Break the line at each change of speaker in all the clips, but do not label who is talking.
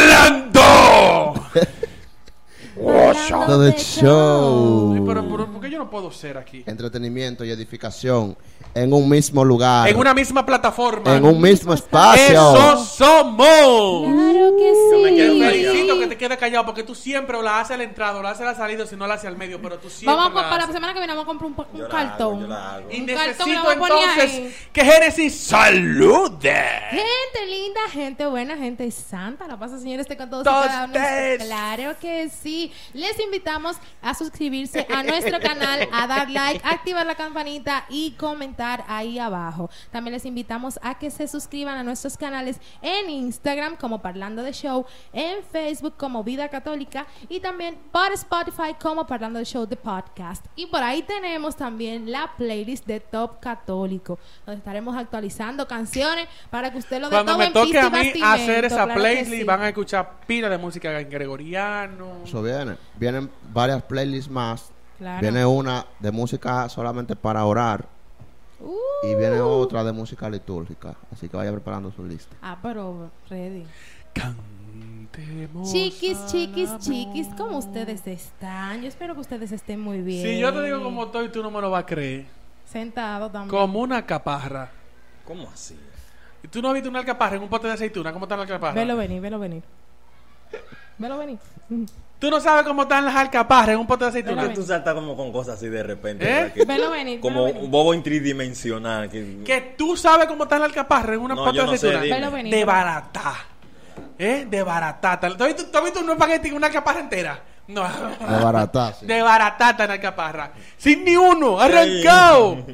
¡Parlando!
Hablando
Todo el
de
show.
Sí, pero, pero, ¿por qué yo no puedo ser aquí?
Entretenimiento y edificación en un mismo lugar.
En una misma plataforma.
en un mismo espacio.
¡Eso somos!
Claro que
Te
sí.
felicito que te quedes callado porque tú siempre o la haces a la entrada o la haces a la salida, si no la haces al medio, pero tú siempre.
Vamos
la
a, para la
haces.
semana que viene vamos a comprar un, pa- un
Yo la
cartón.
hago, yo la hago.
Y
Un cartón
necesito
lo voy a poner
entonces
ahí.
que Génesis salude.
Gente linda, gente buena, gente santa. La pasa, señores, te con todos y
Todos
cada uno de
ustedes.
ustedes. Claro que sí. Les invitamos a suscribirse a nuestro canal, a dar like, activar la campanita y comentar ahí abajo. También les invitamos a que se suscriban a nuestros canales en Instagram como Parlando de Show, en Facebook como Vida Católica y también por Spotify como Parlando de Show de Podcast. Y por ahí tenemos también la playlist de Top Católico, donde estaremos actualizando canciones para que usted lo dé
Cuando
todo
me
en pista
toque
y
a mí
bastimento,
hacer esa
claro que
playlist,
sí.
van a escuchar pila de música en gregoriano.
Eso viene. Vienen varias playlists más.
Claro.
Viene una de música solamente para orar.
Uh.
Y viene otra de música litúrgica. Así que vaya preparando su lista.
Ah, pero ready.
Cantemos.
Chiquis, chiquis,
al amor.
chiquis, ¿cómo ustedes están? Yo espero que ustedes estén muy bien.
Si yo te digo cómo estoy, tú no me lo vas a creer.
Sentado también.
Como una caparra.
¿Cómo así?
¿Y tú no has visto una alcaparra en un pote de aceituna? ¿Cómo está la alcaparra?
Velo venir, velo venir. Velo venir.
¿Tú no sabes cómo están las alcaparras en un pote de
¿Por qué
aceituna?
tú saltas como con cosas así de repente?
¿Eh?
¿verdad? Que-
Velo venir.
como
velo
un
venir.
bobo en tridimensional. que-
Que tú sabes cómo están las alcaparras en una
No,
pote
yo
de
no sé,
aceituna.
dime.
Velo venir.
de baratá. ¿Eh? De baratá. ¿Tú has visto, tú has visto un espagueti con una alcaparra entera? No.
De barata, sí.
De baratata en alcaparra. Sin ni uno. Arrancado.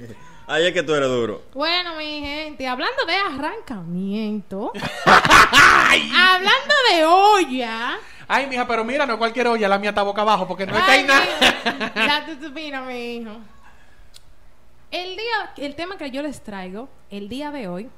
Ay, es que tú eres duro.
Bueno, mi gente, hablando de arrancamiento. hablando de olla.
Ay, mija, pero mira, no cualquier olla. La mía está boca abajo porque no está
Ay,
ahí nada.
mira, Ya tú supina, mi hijo. El día, el tema que yo les traigo el día de hoy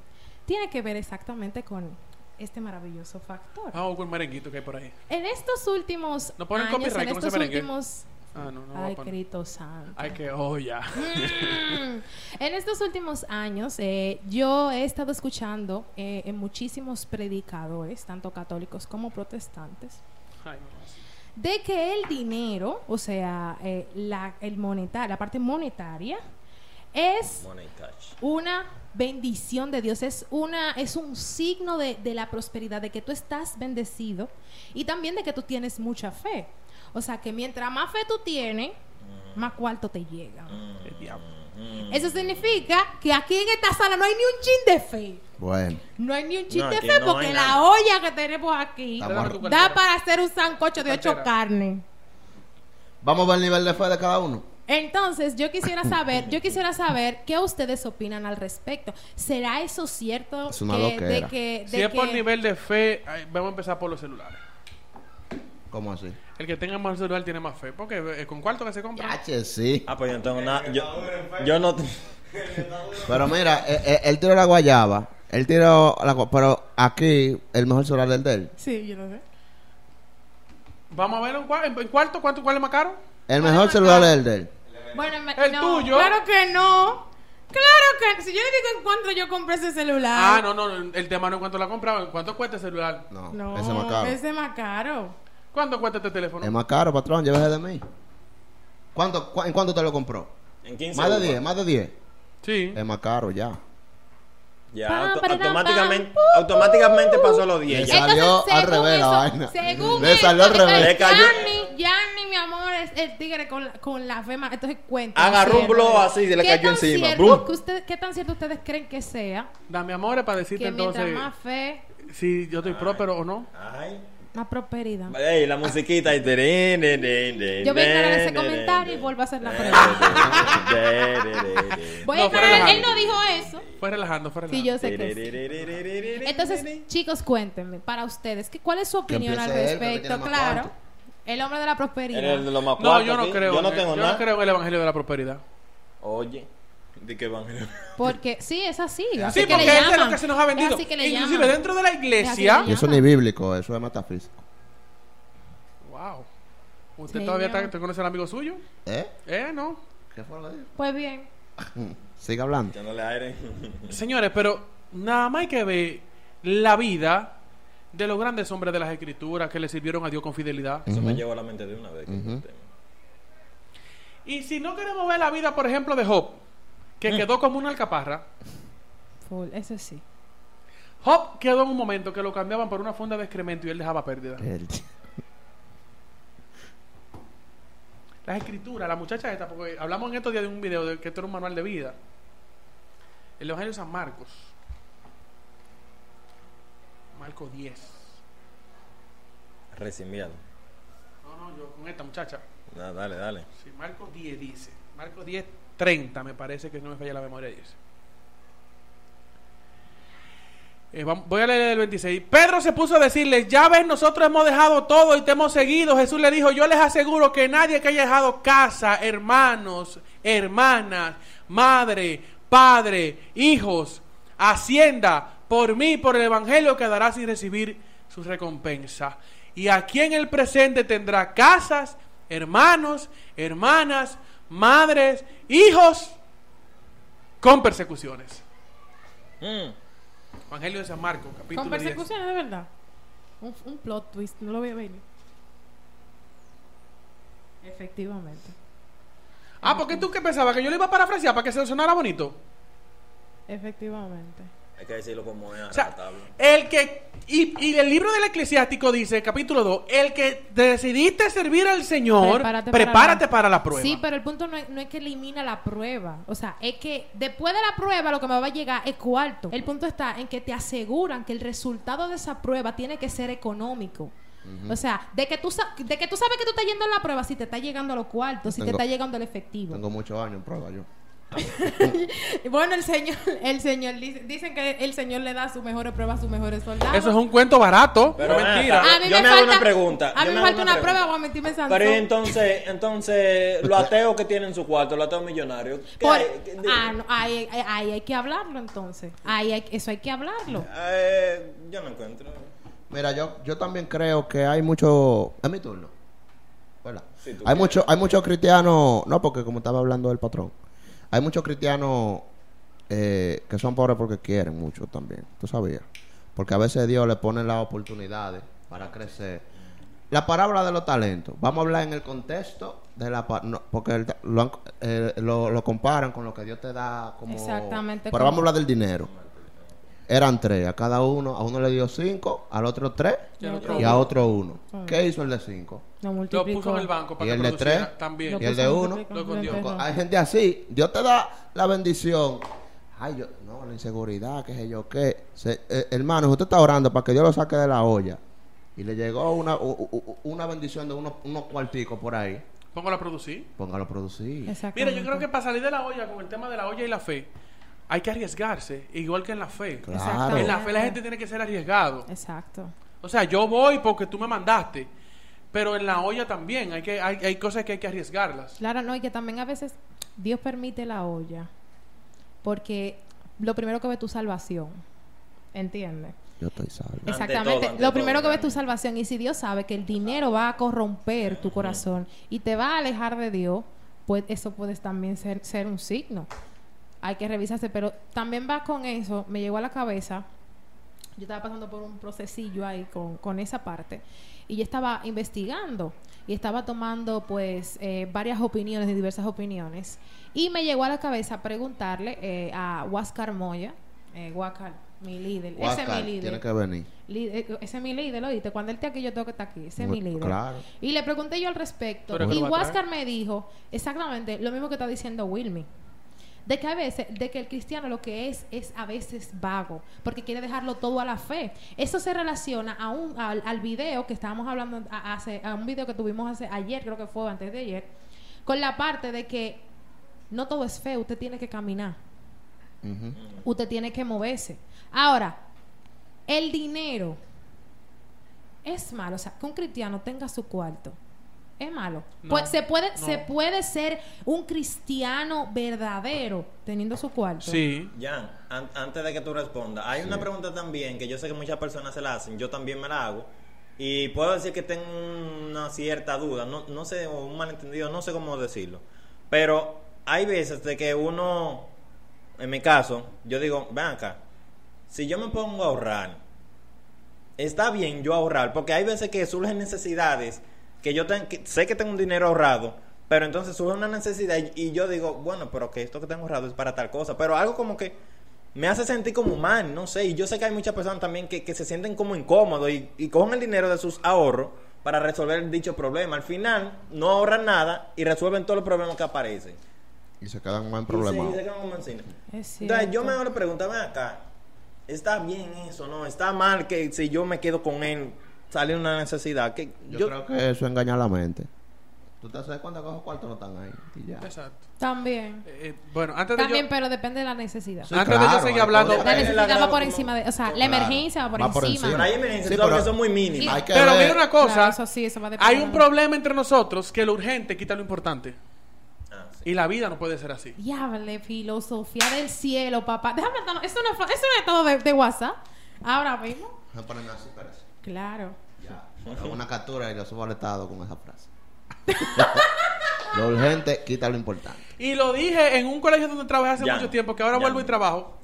tiene que ver exactamente con este maravilloso factor.
Vamos con un merenguito que hay por ahí.
En estos últimos
No ponen
años,
copyright
en
con ese
estos
merengue.
últimos,
Ah, no, no. voy a
ay,
poner.
Cristo Santo.
Ay, qué olla.
Mm. en estos últimos años, eh, yo he estado escuchando eh, en muchísimos predicadores, tanto católicos como protestantes,
Ay, no.
de que el dinero, o sea, eh, la, el monetar, la parte monetaria, es
Money touch.
una bendición de Dios, es, una, es un signo de, de la prosperidad, de que tú estás bendecido y también de que tú tienes mucha fe. O sea, que mientras más fe tú tienes,
Mm.
más cuarto te llega.
Qué diablo.
Eso significa que aquí en esta sala no hay ni un chin de fe.
Bueno.
No hay ni un chin
No,
de
aquí
fe
no hay
porque
nada.
la olla que tenemos aquí
Estamos
Dame tu
da
cartera.
para hacer un sancocho de ocho
Cartera.
carnes.
Vamos a ver el nivel de fe de cada uno.
Entonces, yo quisiera saber, yo quisiera saber qué ustedes opinan al respecto. ¿Será eso cierto?
Es una
que- de
loquera.
que, de
Si es por
que-
nivel de fe, ay, vamos a empezar por los celulares.
¿Cómo así?
El que tenga más celular tiene más fe. Porque eh, con cuarto que se compra.
Ya, che, sí.
Ah, pues yo no tengo nada. Yo, yo no.
Pero mira, eh, eh, él tiró la guayaba. Él tiró la gu- Pero aquí, el mejor celular del de él.
Sí, yo lo sé.
Vamos a ver en, cua- en- en cuarto, ¿cuánto cuál es más caro?
El
Vale,
mejor
Maca.
celular es el de él.
Bueno, me-
¿El
no,
tuyo?
Claro que no. Claro que si yo le digo en cuánto yo compré ese celular.
Ah, no, no, no, el tema no es cuánto la compra, cuánto cuesta el celular.
No,
No,
ese es más caro.
ese es más caro.
¿Cuánto cuesta este
Es
Em,
teléfono?
más caro, patrón. Llévese de mí. ¿Cuánto, cu- ¿En cuánto te lo compró?
En 15
Más de
uvas.
10, más de 10.
Sí.
em.
Es más caro ya.
Ya,
Pam,
auto-
pam,
automáticamente,
pam,
automáticamente pasó los 10.
Le
ya.
salió al revés
según
la
eso,
vaina.
Según
Le
eso,
salió al
entonces,
revés.
Le cayó-
Yanni, Yanni, mi amor, es el tigre con, la- con la fe más. Entonces cuenta.
Agarró un blow así y le cayó encima, brum.
¿Qué tan cierto ustedes creen que sea?
Dame amores para decirte
Que mientras
entonces
más Ah. fe,
si yo estoy próspero o no.
Ay.
más prosperidad.
Ey, la musiquita. Y... Yo
Yo voy a ignorar ese comentario y vuelvo a hacer la pregunta. Voy a
No, fuera
aclarar,
de la-
él no dijo eso.
Fue relajando, fue relajando.
Sí, yo sé que sí. Entonces, chicos, cuéntenme, para ustedes, ¿qué- ¿cuál es su opinión al
empiece él, que tiene
respecto?
más
Claro,
cuarto.
el hombre de la prosperidad.
Era el de los más
No,
cuartos
yo no
aquí.
creo.
Yo no
en-
tengo
yo
nada.
no creo en el evangelio de la prosperidad.
Oye, de qué evangelio.
Porque sí, es así. así
Sí,
que le
porque eso es lo
llaman.
que se nos ha vendido.
Es así que le
Inclusive
llaman.
dentro de la iglesia.
Así
Y eso ni bíblico, eso es metafísico.
Wow. ¿Usted
Señor.
todavía está, usted conoce al amigo suyo?
¿Eh?
Eh, no.
¿Qué fue lo que dijo?
Pues bien,
Sigue hablando.
Echándole aire.
Señores, pero nada más hay que ver la vida de los grandes hombres de las escrituras que le sirvieron a Dios con fidelidad.
Eso me llegó a la mente de una vez. que
Ujú.
tema.
Y si no queremos ver la vida, por ejemplo, de Job, que quedó como una alcaparra,
Full, eso sí.
Job quedó en un momento que lo cambiaban por una funda de excremento y él dejaba pérdida.
El-
Las escrituras, la muchacha esta, porque hablamos en estos días de un video de que esto era un manual de vida. El Evangelio de San Marcos. Marcos 10.
Recién mirado.
No, no, yo con esta muchacha.
Nada, dale, dale.
Sí, Marcos 10 dice. Marcos 10, 30, me parece que no me falla la memoria, dice. Eh, vam- voy a leer el 26. Pedro se puso a decirle, ya ves, nosotros hemos dejado todo y te hemos seguido. Jesús le dijo, yo les aseguro que nadie que haya dejado casa, hermanos, hermanas, madre, padre, hijos, hacienda, por mí, por el Evangelio, quedará sin recibir su recompensa. Y aquí en el presente tendrá casas, hermanos, hermanas, madres, hijos, con persecuciones.
Mm.
Evangelio de San Marcos, capítulo
Con
10.
persecuciones de verdad. Un, un plot twist, no lo voy a venir. Efectivamente.
Ah, porque tú qué pensabas que yo le iba a parafrasear para que se sonara bonito.
Efectivamente.
Hay que decirlo como es.
O
O
sea, el que y, y el libro del eclesiástico dice, capítulo 2, el que decidiste servir al Señor, prepárate, para, la... prueba.
Sí, pero el punto no es, no es que elimina la prueba. O sea, es que después de la prueba lo que me va a llegar es cuarto. El punto está en que te aseguran que el resultado de esa prueba tiene que ser económico. O sea, de que, tú sa- de que tú sabes que tú estás yendo a la prueba si te está llegando a los cuartos, si te
Tengo-
está llegando el efectivo.
Tengo muchos años en prueba yo.
Bueno, el señor, el señor, dice- dicen que el señor le da sus mejores pruebas a sus mejores soldados.
Eso es un cuento barato.
Pero
no mentira.
ven acá. yo me hago una pregunta,
A
yo
mí me
me hago
falta
una pregunta.
una prueba, voy a mentirme en Sansón.
Pero y entonces, entonces, los ateos que tienen en su cuarto, los ateos millonarios. ¿qué
Por-
hay? ¿Qué- de-
ah, no, ahí, ahí- ahí hay que hablarlo entonces. Ahí hay- eso hay que hablarlo.
Eh, yo no encuentro.
Mira, yo, yo también creo que hay mucho... Es mi turno. ¿Verdad?
Sí, tú
hay
quieres.
mucho, hay muchos cristianos... No, porque como estaba hablando del patrón. Hay muchos cristianos eh, que son pobres porque quieren mucho también. ¿Tú sabías? Porque a veces Dios le pone las oportunidades para crecer. La palabra de los talentos. Vamos a hablar en el contexto de la... pa- no, porque el ta- lo, han- eh, lo, lo comparan con lo que Dios te da como...
Exactamente,
Pero
como-
vamos a hablar del dinero. Eran tres. A cada uno, a uno le dio cinco, al otro tres
Y al otro
y a otro uno. ¿Qué hizo el de cinco?
Lo
Lo
multiplicó.
puso en el banco para
Y
que
el de
produciera
tres.
también.
Lo
Y el
puso,
de
lo
uno.
multiplicó,
Lo
lo
contió.
enterró.
Hay gente así. Dios te da la bendición. Ay, yo, no, la inseguridad, qué sé yo, qué. Se- eh, hermano, usted está orando para que Dios lo saque de la olla. Y le llegó una, u- u- u- una bendición de unos, unos cuarticos por ahí.
Póngalo a producir.
Póngalo a producir.
Mira, yo
Exactamente.
creo que para salir de la olla con el tema de la olla y la fe, hay que arriesgarse, igual que en la fe.
Claro.
En la
Exactamente.
fe la gente tiene que ser arriesgado.
Exacto.
O sea, yo voy porque tú me mandaste, pero en la olla también hay que hay, hay cosas que hay que arriesgarlas.
Claro, no, y que también a veces Dios permite la olla. Porque lo primero que ve es tu salvación. ¿Entiendes?
Yo estoy salvo.
Ante
Exactamente.
todo, ante
lo
todo,
primero que ves es tu
realmente.
salvación. Y si Dios sabe que el dinero va a corromper tu corazón y te va a alejar de Dios, pues eso puede también ser, ser un signo. Hay que revisarse. Pero también va con eso. Me llegó a la cabeza. Yo estaba pasando por un procesillo ahí con, con esa parte. Y yo estaba investigando. Y estaba tomando, pues, eh, varias opiniones, de diversas opiniones. Y me llegó a la cabeza preguntarle eh, a Huáscar Moya. Eh, Huáscar, mi líder. ese es
Huáscar,
mi líder.
tiene que venir.
Líder, eh, ese es mi líder, lo oíste. Cuando él esté aquí, yo tengo que estar aquí. Ese es mi líder.
Claro.
Y le pregunté yo al respecto.
Pero es que
Y
lo va a
Huáscar me dijo exactamente lo mismo que está diciendo Wilmy. De que a veces, de que el cristiano lo que es, es a veces vago, porque quiere dejarlo todo a la fe. Eso se relaciona a un, al, al video que estábamos hablando a- hace, a un video que tuvimos hace ayer, creo que fue antes de ayer, con la parte de que no todo es fe, usted tiene que caminar
Ujú.
usted tiene que moverse. Ahora, el dinero es malo, o sea, que un cristiano tenga su cuarto. Es malo.
No,
pues se puede
no.
se puede ser un cristiano verdadero teniendo su cuarto.
Sí.
Jan, an- antes de que tú respondas, hay una pregunta también que yo sé que muchas personas se la hacen, yo también me la hago. Y puedo decir que tengo una cierta duda, no, no sé, o un malentendido, no sé cómo decirlo. Pero hay veces de que uno, en mi caso, yo digo, ven acá, si yo me pongo a ahorrar está bien yo ahorrar, porque hay veces que surgen necesidades que yo ten- que sé que tengo un dinero ahorrado, pero entonces surge una necesidad y, y yo digo, bueno, pero que esto que tengo ahorrado es para tal cosa, pero algo como que me hace sentir como mal, no sé, y yo sé que hay muchas personas también que, que se sienten como incómodos y, y cogen el dinero de sus ahorros para resolver dicho problema. Al final no ahorran nada y resuelven todos los problemas que aparecen.
Y se quedan más en
Y se-
problemas.
y se quedan como encina.
Es
Entonces, yo
cierto.
me ahora preguntaba acá, ¿está bien eso? ¿No? ¿Está mal que si yo me quedo con él sale una necesidad? Que
Yo, creo que eso engaña a la mente. Tú te das cuenta que esos cuartos no están ahí. Y ya.
Exacto.
También.
Eh, eh, bueno, antes de
También,
yo...
pero depende de la necesidad.
Sí,
Antes de Ah, yo seguir
hay
hablando-
cosas
La
que-
Dale,
necesidad va
Claro,
por
como-
encima de... O sea, la
Claro.
emergencia va por
Va por
encima.
Pero hay emergencias
Sí,
claro,
pero-
que son muy mínimas.
hay que
Pero
ver-
mira una cosa.
Claro, eso sí, eso va a depender
Hay un
de-
problema entre nosotros que lo urgente quita lo importante.
Ah, sí.
Y la vida no puede ser así.
Diable, filosofía del cielo, papá. Déjame no, Eso no es fra- eso no es todo de, de WhatsApp. Ahora mismo.
Me ponen así, parece.
Claro.
Ya. Hago una captura y lo subo al estado con esa frase. lo urgente quita lo importante.
Y lo dije en un colegio donde trabajé hace
Ya
mucho
no,
tiempo, que ahora
ya
vuelvo
no.
y trabajo.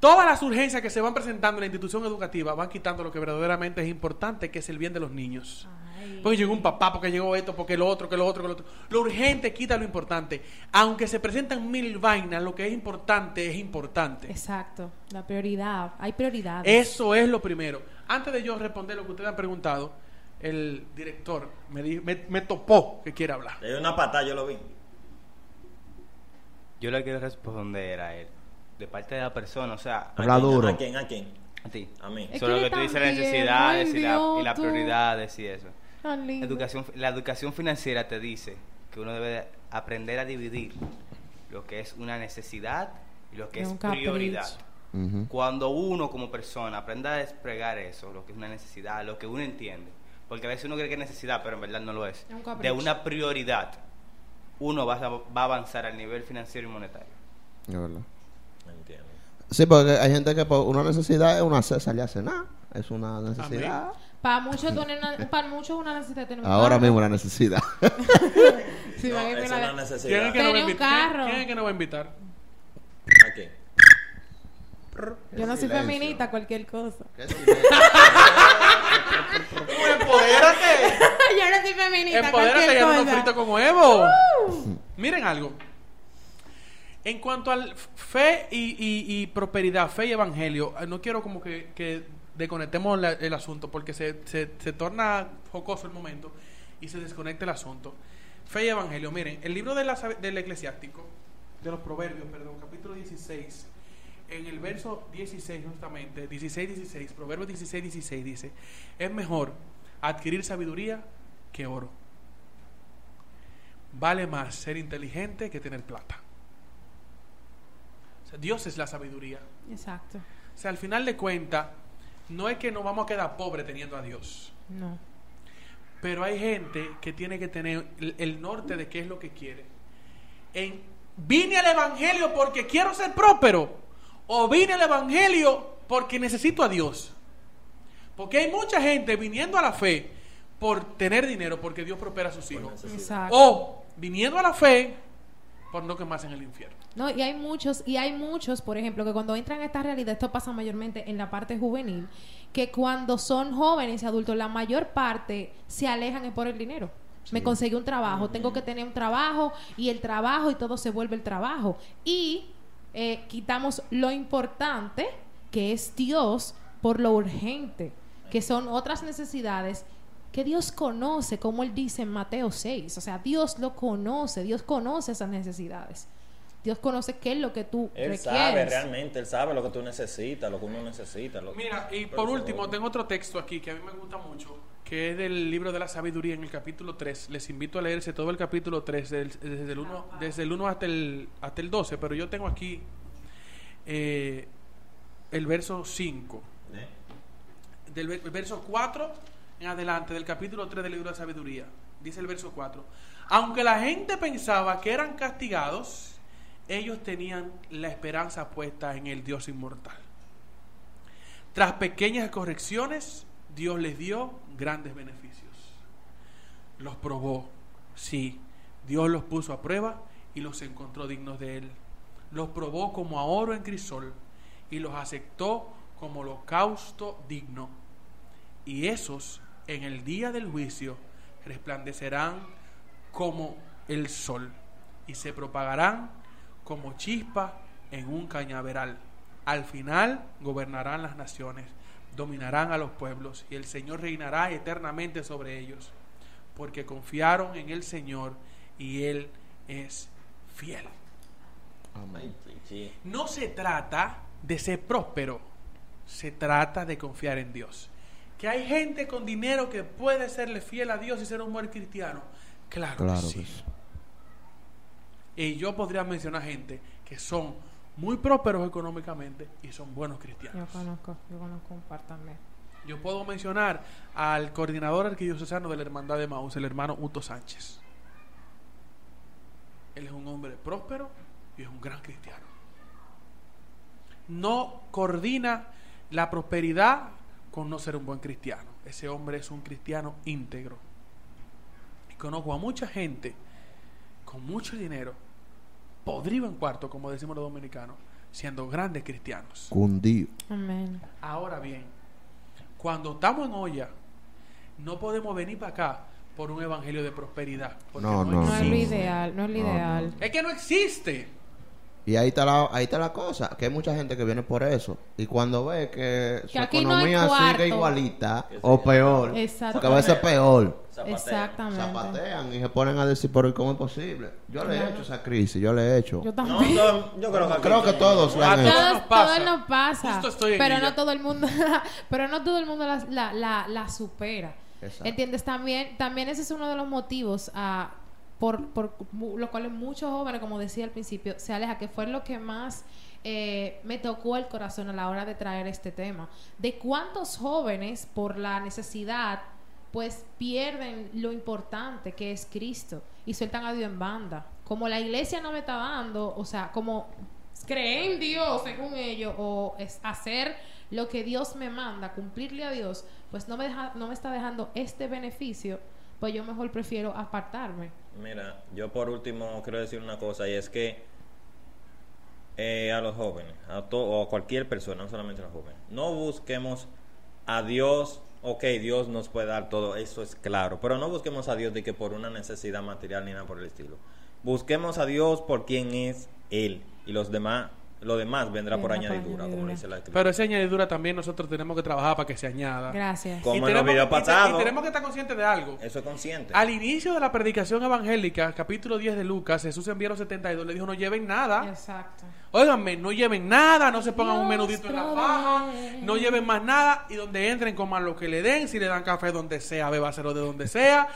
Todas las urgencias que se van presentando en la institución educativa van quitando lo que verdaderamente es importante, que es el bien de los niños.
Ay.
Porque llegó un papá, porque llegó esto, porque lo otro, que lo otro, que lo otro. Lo urgente quita lo importante. Aunque se presentan mil vainas, lo que es importante es importante.
Exacto. La prioridad. Hay prioridades.
Eso es lo primero. Antes de yo responder lo que ustedes han preguntado, el director me, di- me, me topó que quiere hablar.
Le dio una patada, yo lo vi.
Yo le quiero responder a él. De parte de la persona, o sea,
¿A
Habla
quién?
duro.
¿A quién? ¿A quién?
a ti.
A mí.
Es
Sobre
que
lo que tú dices, las
también,
necesidades y,
ay,
la- y
Dios,
las
tú.
prioridades y eso.
Tan lindo.
Educación, la educación financiera te dice que uno debe de aprender a dividir lo que es una necesidad y lo que
De
es
un capricho.
prioridad.
Ujú.
Cuando uno como persona aprenda a despregar eso, lo que es una necesidad, lo que uno entiende, porque a veces uno cree que es necesidad, pero en verdad no lo es,
Es un capricho.
de una prioridad, uno va a, va a avanzar al nivel financiero y monetario.
Es verdad.
Entiendo.
Sí, porque hay gente que por una necesidad es una ce- salir a cenar. Es una necesidad.
Para muchos tener una, para muchos una necesidad de tener un
Ahora
carro.
mismo una necesidad.
Sí,
no,
van a
es
mirar-
una
¿Quién es
necesidad.
que no va a
Tenía un
invitar?
carro.
¿Quién es que no va a invitar?
¿A quién?
Yo no soy
Silencio.
feminista, cualquier cosa.
¡Empodérate!
Yo no soy feminista,
¡Empodérate y
cualquier
haz unos
cosa. Uh.
fritos con huevo! Miren algo. En cuanto al fe y, y- y prosperidad, fe y evangelio, eh, no quiero como que, que desconectemos la- el asunto porque se, se- se torna jocoso el momento y se desconecta el asunto. Fe y evangelio, miren, el libro de la sabe- del eclesiástico, de los proverbios, perdón, capítulo 16, en el verso 16 justamente, 16, 16, proverbios 16, 16 dice, es mejor adquirir sabiduría que oro. Vale más ser inteligente que tener plata. O sea, Dios es la sabiduría.
Exacto.
O sea, al final de cuentas, no es que nos vamos a quedar pobres teniendo a Dios.
No.
Pero hay gente que tiene que tener el, el norte de qué es lo que quiere. En, vine al Evangelio porque quiero ser próspero. O vine al Evangelio porque necesito a Dios. Porque hay mucha gente viniendo a la fe por tener dinero, porque Dios prospera a sus hijos.
Exacto.
O viniendo a la fe por no quemarse en el infierno.
No, y hay muchos, y hay muchos, por ejemplo, que cuando entran a esta realidad, esto pasa mayormente en la parte juvenil, que cuando son jóvenes y adultos, la mayor parte se alejan es por el dinero. Me conseguí un trabajo, tengo que tener un trabajo y el trabajo y todo se vuelve el trabajo. Y eh, quitamos lo importante, que es Dios, por lo urgente, que son otras necesidades que Dios conoce, como él dice en Mateo 6. O sea, Dios lo conoce, Dios conoce esas necesidades. Dios conoce qué es lo que tú
Él
requieres.
sabe realmente, él sabe lo que tú necesitas, lo que uno necesita. lo-
Mira, y
Pero
por
se
último,
jode.
tengo otro texto aquí que a mí me gusta mucho, que es del libro de la sabiduría en el capítulo 3. Les invito a leerse todo el capítulo 3, del- desde el 1, desde el 1 hasta, el, hasta el 12, pero yo tengo aquí eh, el verso 5.
¿Eh?
del ver- verso 4 en adelante del capítulo 3 del libro de sabiduría. Dice el verso 4. Aunque la gente pensaba que eran castigados, ellos tenían la esperanza puesta en el Dios inmortal. Tras pequeñas correcciones, Dios les dio grandes beneficios. Los probó, sí, Dios los puso a prueba y los encontró dignos de él. Los probó como a oro en crisol y los aceptó como holocausto digno, y esos en el día del juicio resplandecerán como el sol y se propagarán como chispa en un cañaveral. Al final gobernarán las naciones, dominarán a los pueblos y el Señor reinará eternamente sobre ellos, porque confiaron en el Señor y Él es fiel.
Amén.
Sí.
No se trata de ser próspero, se trata de confiar en Dios. Que hay gente con dinero que puede serle fiel a Dios y ser un buen cristiano. Claro, que
Claro
sí.
que sí.
Y yo podría mencionar gente que son muy prósperos económicamente y son buenos
Yo
cristianos.
conozco, yo conozco un par también.
Yo puedo mencionar al coordinador arquidiocesano de la Hermandad de Maús, el hermano Uto Sánchez. Él es un hombre próspero y es un gran cristiano. No coordina la prosperidad con no ser un buen cristiano. Ese hombre es un cristiano íntegro. Y conozco a mucha gente con mucho dinero, podrido en cuarto, como decimos los dominicanos, siendo grandes cristianos.
Cundido.
Amén.
Ahora bien, cuando estamos en olla, no podemos venir para acá por un evangelio de prosperidad. porque
No, no,
No es lo
sí.
existe.
ideal, no es lo
No,
ideal.
Es que no existe.
Y ahí está, la, ahí está la cosa, que hay mucha gente que viene por eso. Y cuando ve que, su
Que aquí no hay
economía
cuarto.
sigue igualita
Que
o
sí.
peor,
Exacto.
porque a veces es peor,
Zapatero.
Exactamente.
zapatean y se ponen a decir, pero ¿cómo es posible? Yo le he
Claro.
hecho esa crisis, yo le he hecho.
Yo
No,
también.
no, yo creo que,
Creo que todos la han
A
hecho.
todos
Todo-
nos pasa.
todo nos pasa.
Justo estoy en
pero
ella.
no todo el mundo, pero no todo el mundo la, la, la, la supera.
Exacto.
¿Entiendes? También, también ese es uno de los motivos ah, por, por mu- los cuales muchos jóvenes, como decía al principio, se aleja, que fue lo que más eh, me tocó el corazón a la hora de traer este tema. De cuántos jóvenes, por la necesidad, pues pierden lo importante que es Cristo y sueltan a Dios en banda. Como la iglesia no me está dando, o sea, como creen en Dios según ellos o es hacer lo que Dios me manda, cumplirle a Dios, pues no me, deja- no me está dejando este beneficio, pues yo mejor prefiero apartarme.
Mira, yo por último quiero decir una cosa y es que eh, a los jóvenes, a, to- o a cualquier persona, no solamente a los jóvenes, no busquemos a Dios, ok, Dios nos puede dar todo, eso es claro, pero no busquemos a Dios de que por una necesidad material ni nada por el estilo. Busquemos a Dios por quien es Él y los demás, lo demás vendrá por
Vendrá por
añadidura, como
añadidura.
dice la escritura.
Pero esa añadidura también nosotros tenemos que trabajar para que se añada.
Gracias.
Como en los
tenemos-
videos
y te-
pasados.
y tenemos que estar conscientes de algo.
Eso es consciente.
Al inicio de la predicación evangélica, capítulo 10 de Lucas, Jesús envió a los 72, le dijo, no lleven nada.
Exacto.
Óiganme, no lleven nada, no se pongan un
Dios
menudito en la
provee.
faja, no lleven más nada y donde entren coman lo que le den, si le dan café donde sea, bebáselo de donde sea.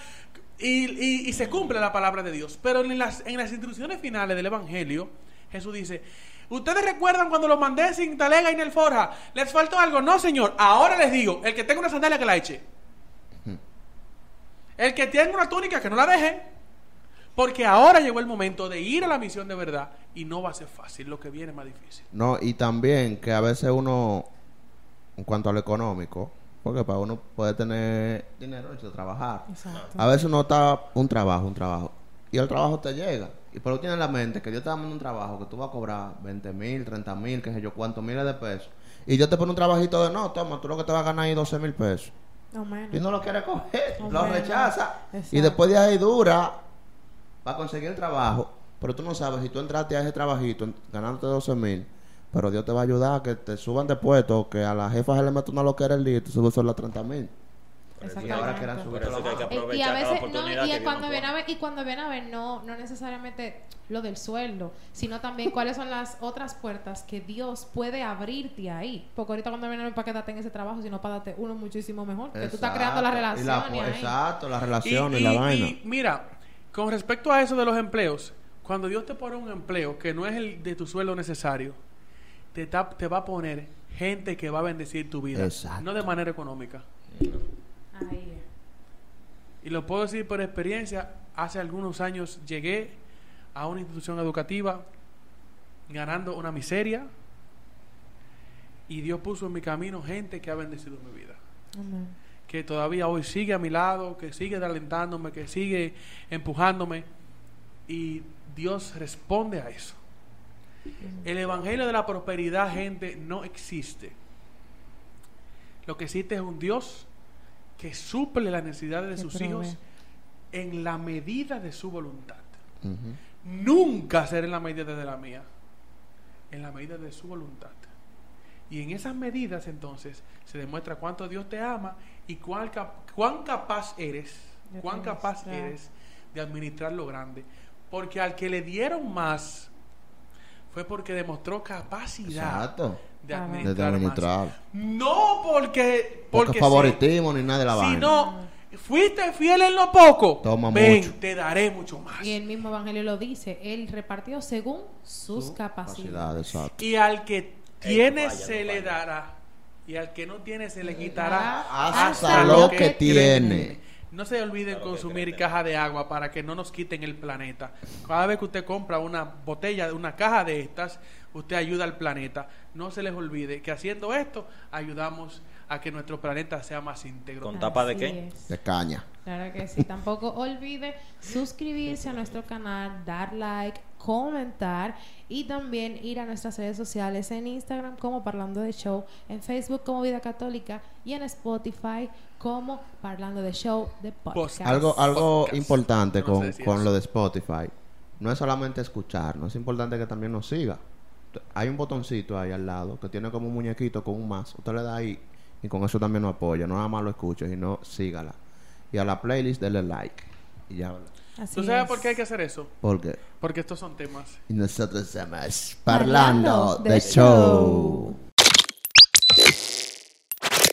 Y, y- y se cumple la palabra de Dios. Pero en las, en las instrucciones finales del Evangelio, Jesús dice, ¿ustedes recuerdan cuando los mandé sin talega y el forja? ¿Les faltó algo? No, señor. Ahora les digo, el que tenga una sandalia que la eche. El que tenga una túnica que no la deje. Porque ahora llegó el momento de ir a la misión de verdad y no va a ser fácil, lo que viene es más difícil.
No, y también que a veces uno, en cuanto a lo económico, porque para uno puede tener dinero hecho trabajar.
Exacto.
A veces uno está un trabajo, un trabajo. Y el trabajo te llega. Y pero tienes en la mente que Dios te está dando un trabajo que tú vas a cobrar 20 mil, 30 mil, qué sé yo, cuántos miles de pesos. Y yo te pongo un trabajito de no, toma, tú lo que te vas a ganar es 12 mil pesos.
No menos.
Y no lo quiere coger,
No,
lo
bueno.
rechaza.
Exacto.
Y después de ahí dura para conseguir el trabajo. Pero tú no sabes si tú entraste a ese trabajito en- ganándote 12 mil. Pero Dios te va a ayudar a que te suban de puesto, que a la jefa se le mete una loquera el día y tú subes solo a 30 mil. Y ahora que eran
Exactamente.
Por eso es que hay que
Eh,
aprovechar
y a
cada
veces no
oportunidad
y
que Dios
cuando
nos
ven
pone.
a ver y cuando ven a ver no no necesariamente lo del sueldo sino también cuáles son las otras puertas que Dios puede abrirte ahí porque ahorita cuando ven a ver para quedarte en ese trabajo sino para darte uno muchísimo mejor que tú estás creando la
Exacto.
relación
Y la pu- exacto, la relación y,
Y-
la
y-
vaina.
y mira, con respecto a eso de los empleos, cuando Dios te pone un empleo que no es el de tu sueldo necesario, te, ta- te va a poner gente que va a bendecir tu vida,
Exacto.
no de manera económica.
Ahí.
Y lo puedo decir por experiencia, hace algunos años llegué a una institución educativa ganando una miseria y Dios puso en mi camino gente que ha bendecido mi vida.
Amén.
que todavía hoy sigue a mi lado, que sigue alentándome, que sigue empujándome. Y Dios responde a eso. El Evangelio de la Prosperidad, gente, no existe. Lo que existe es un Dios que suple las necesidades de
Que
sus
provee.
hijos en la medida de su voluntad.
Ujú.
Nunca será en la medida de la mía, en la medida de su voluntad. Y en esas medidas entonces se demuestra cuánto Dios te ama y cuán, cap- cuán capaz eres,
De
cuán capaz
administrar.
eres de administrar lo grande. Porque al que le dieron más fue porque demostró capacidad
Exacto.
de
Ajá.
De
administrar, más.
administrar.
No porque...
Porque
sí,
favoritismo ni nada de la vaina.
sino fuiste fiel en lo poco,
Toma
ven,
mucho.
te daré mucho más.
Y el mismo Evangelio lo dice, él repartió según sus capacidades.
Capacidad, exacto.
Y al que
Ey,
tiene
no vaya,
se
no
le
vaya.
dará. Y al que no tiene se le quitará.
Hasta lo que tiene.
No se olviden
Hasta lo que
consumir
tiene.
caja de agua para que no nos quiten el planeta. Cada vez que usted compra una botella, una caja de estas, usted ayuda al planeta. No se les olvide que haciendo esto ayudamos a que nuestro planeta sea más íntegro.
Con- ¿Tapa de
Así
qué?
es.
De caña.
Claro que sí. Tampoco olvide suscribirse a nuestro canal, dar like, comentar y también ir a nuestras redes sociales en Instagram como Parlando de Show, en Facebook como Vida Católica y en Spotify como Parlando de Show de Podcast.
Algo, algo
Podcast.
importante
Yo no sé
con,
si
con
es.
lo de Spotify. No es solamente escucharnos, es importante que también nos siga. T- Hay un botoncito ahí al lado que tiene como un muñequito con un más. Usted le da ahí y con eso también nos apoya. No nada más lo escuche, sino sígala. Y a la playlist dele like. Y ya. ¿verdad?
Así
¿Tú sabes
es.
por qué hay que hacer eso?
Porque
Porque estos son temas
nosotros somos Parlando
Parlando de
de Show.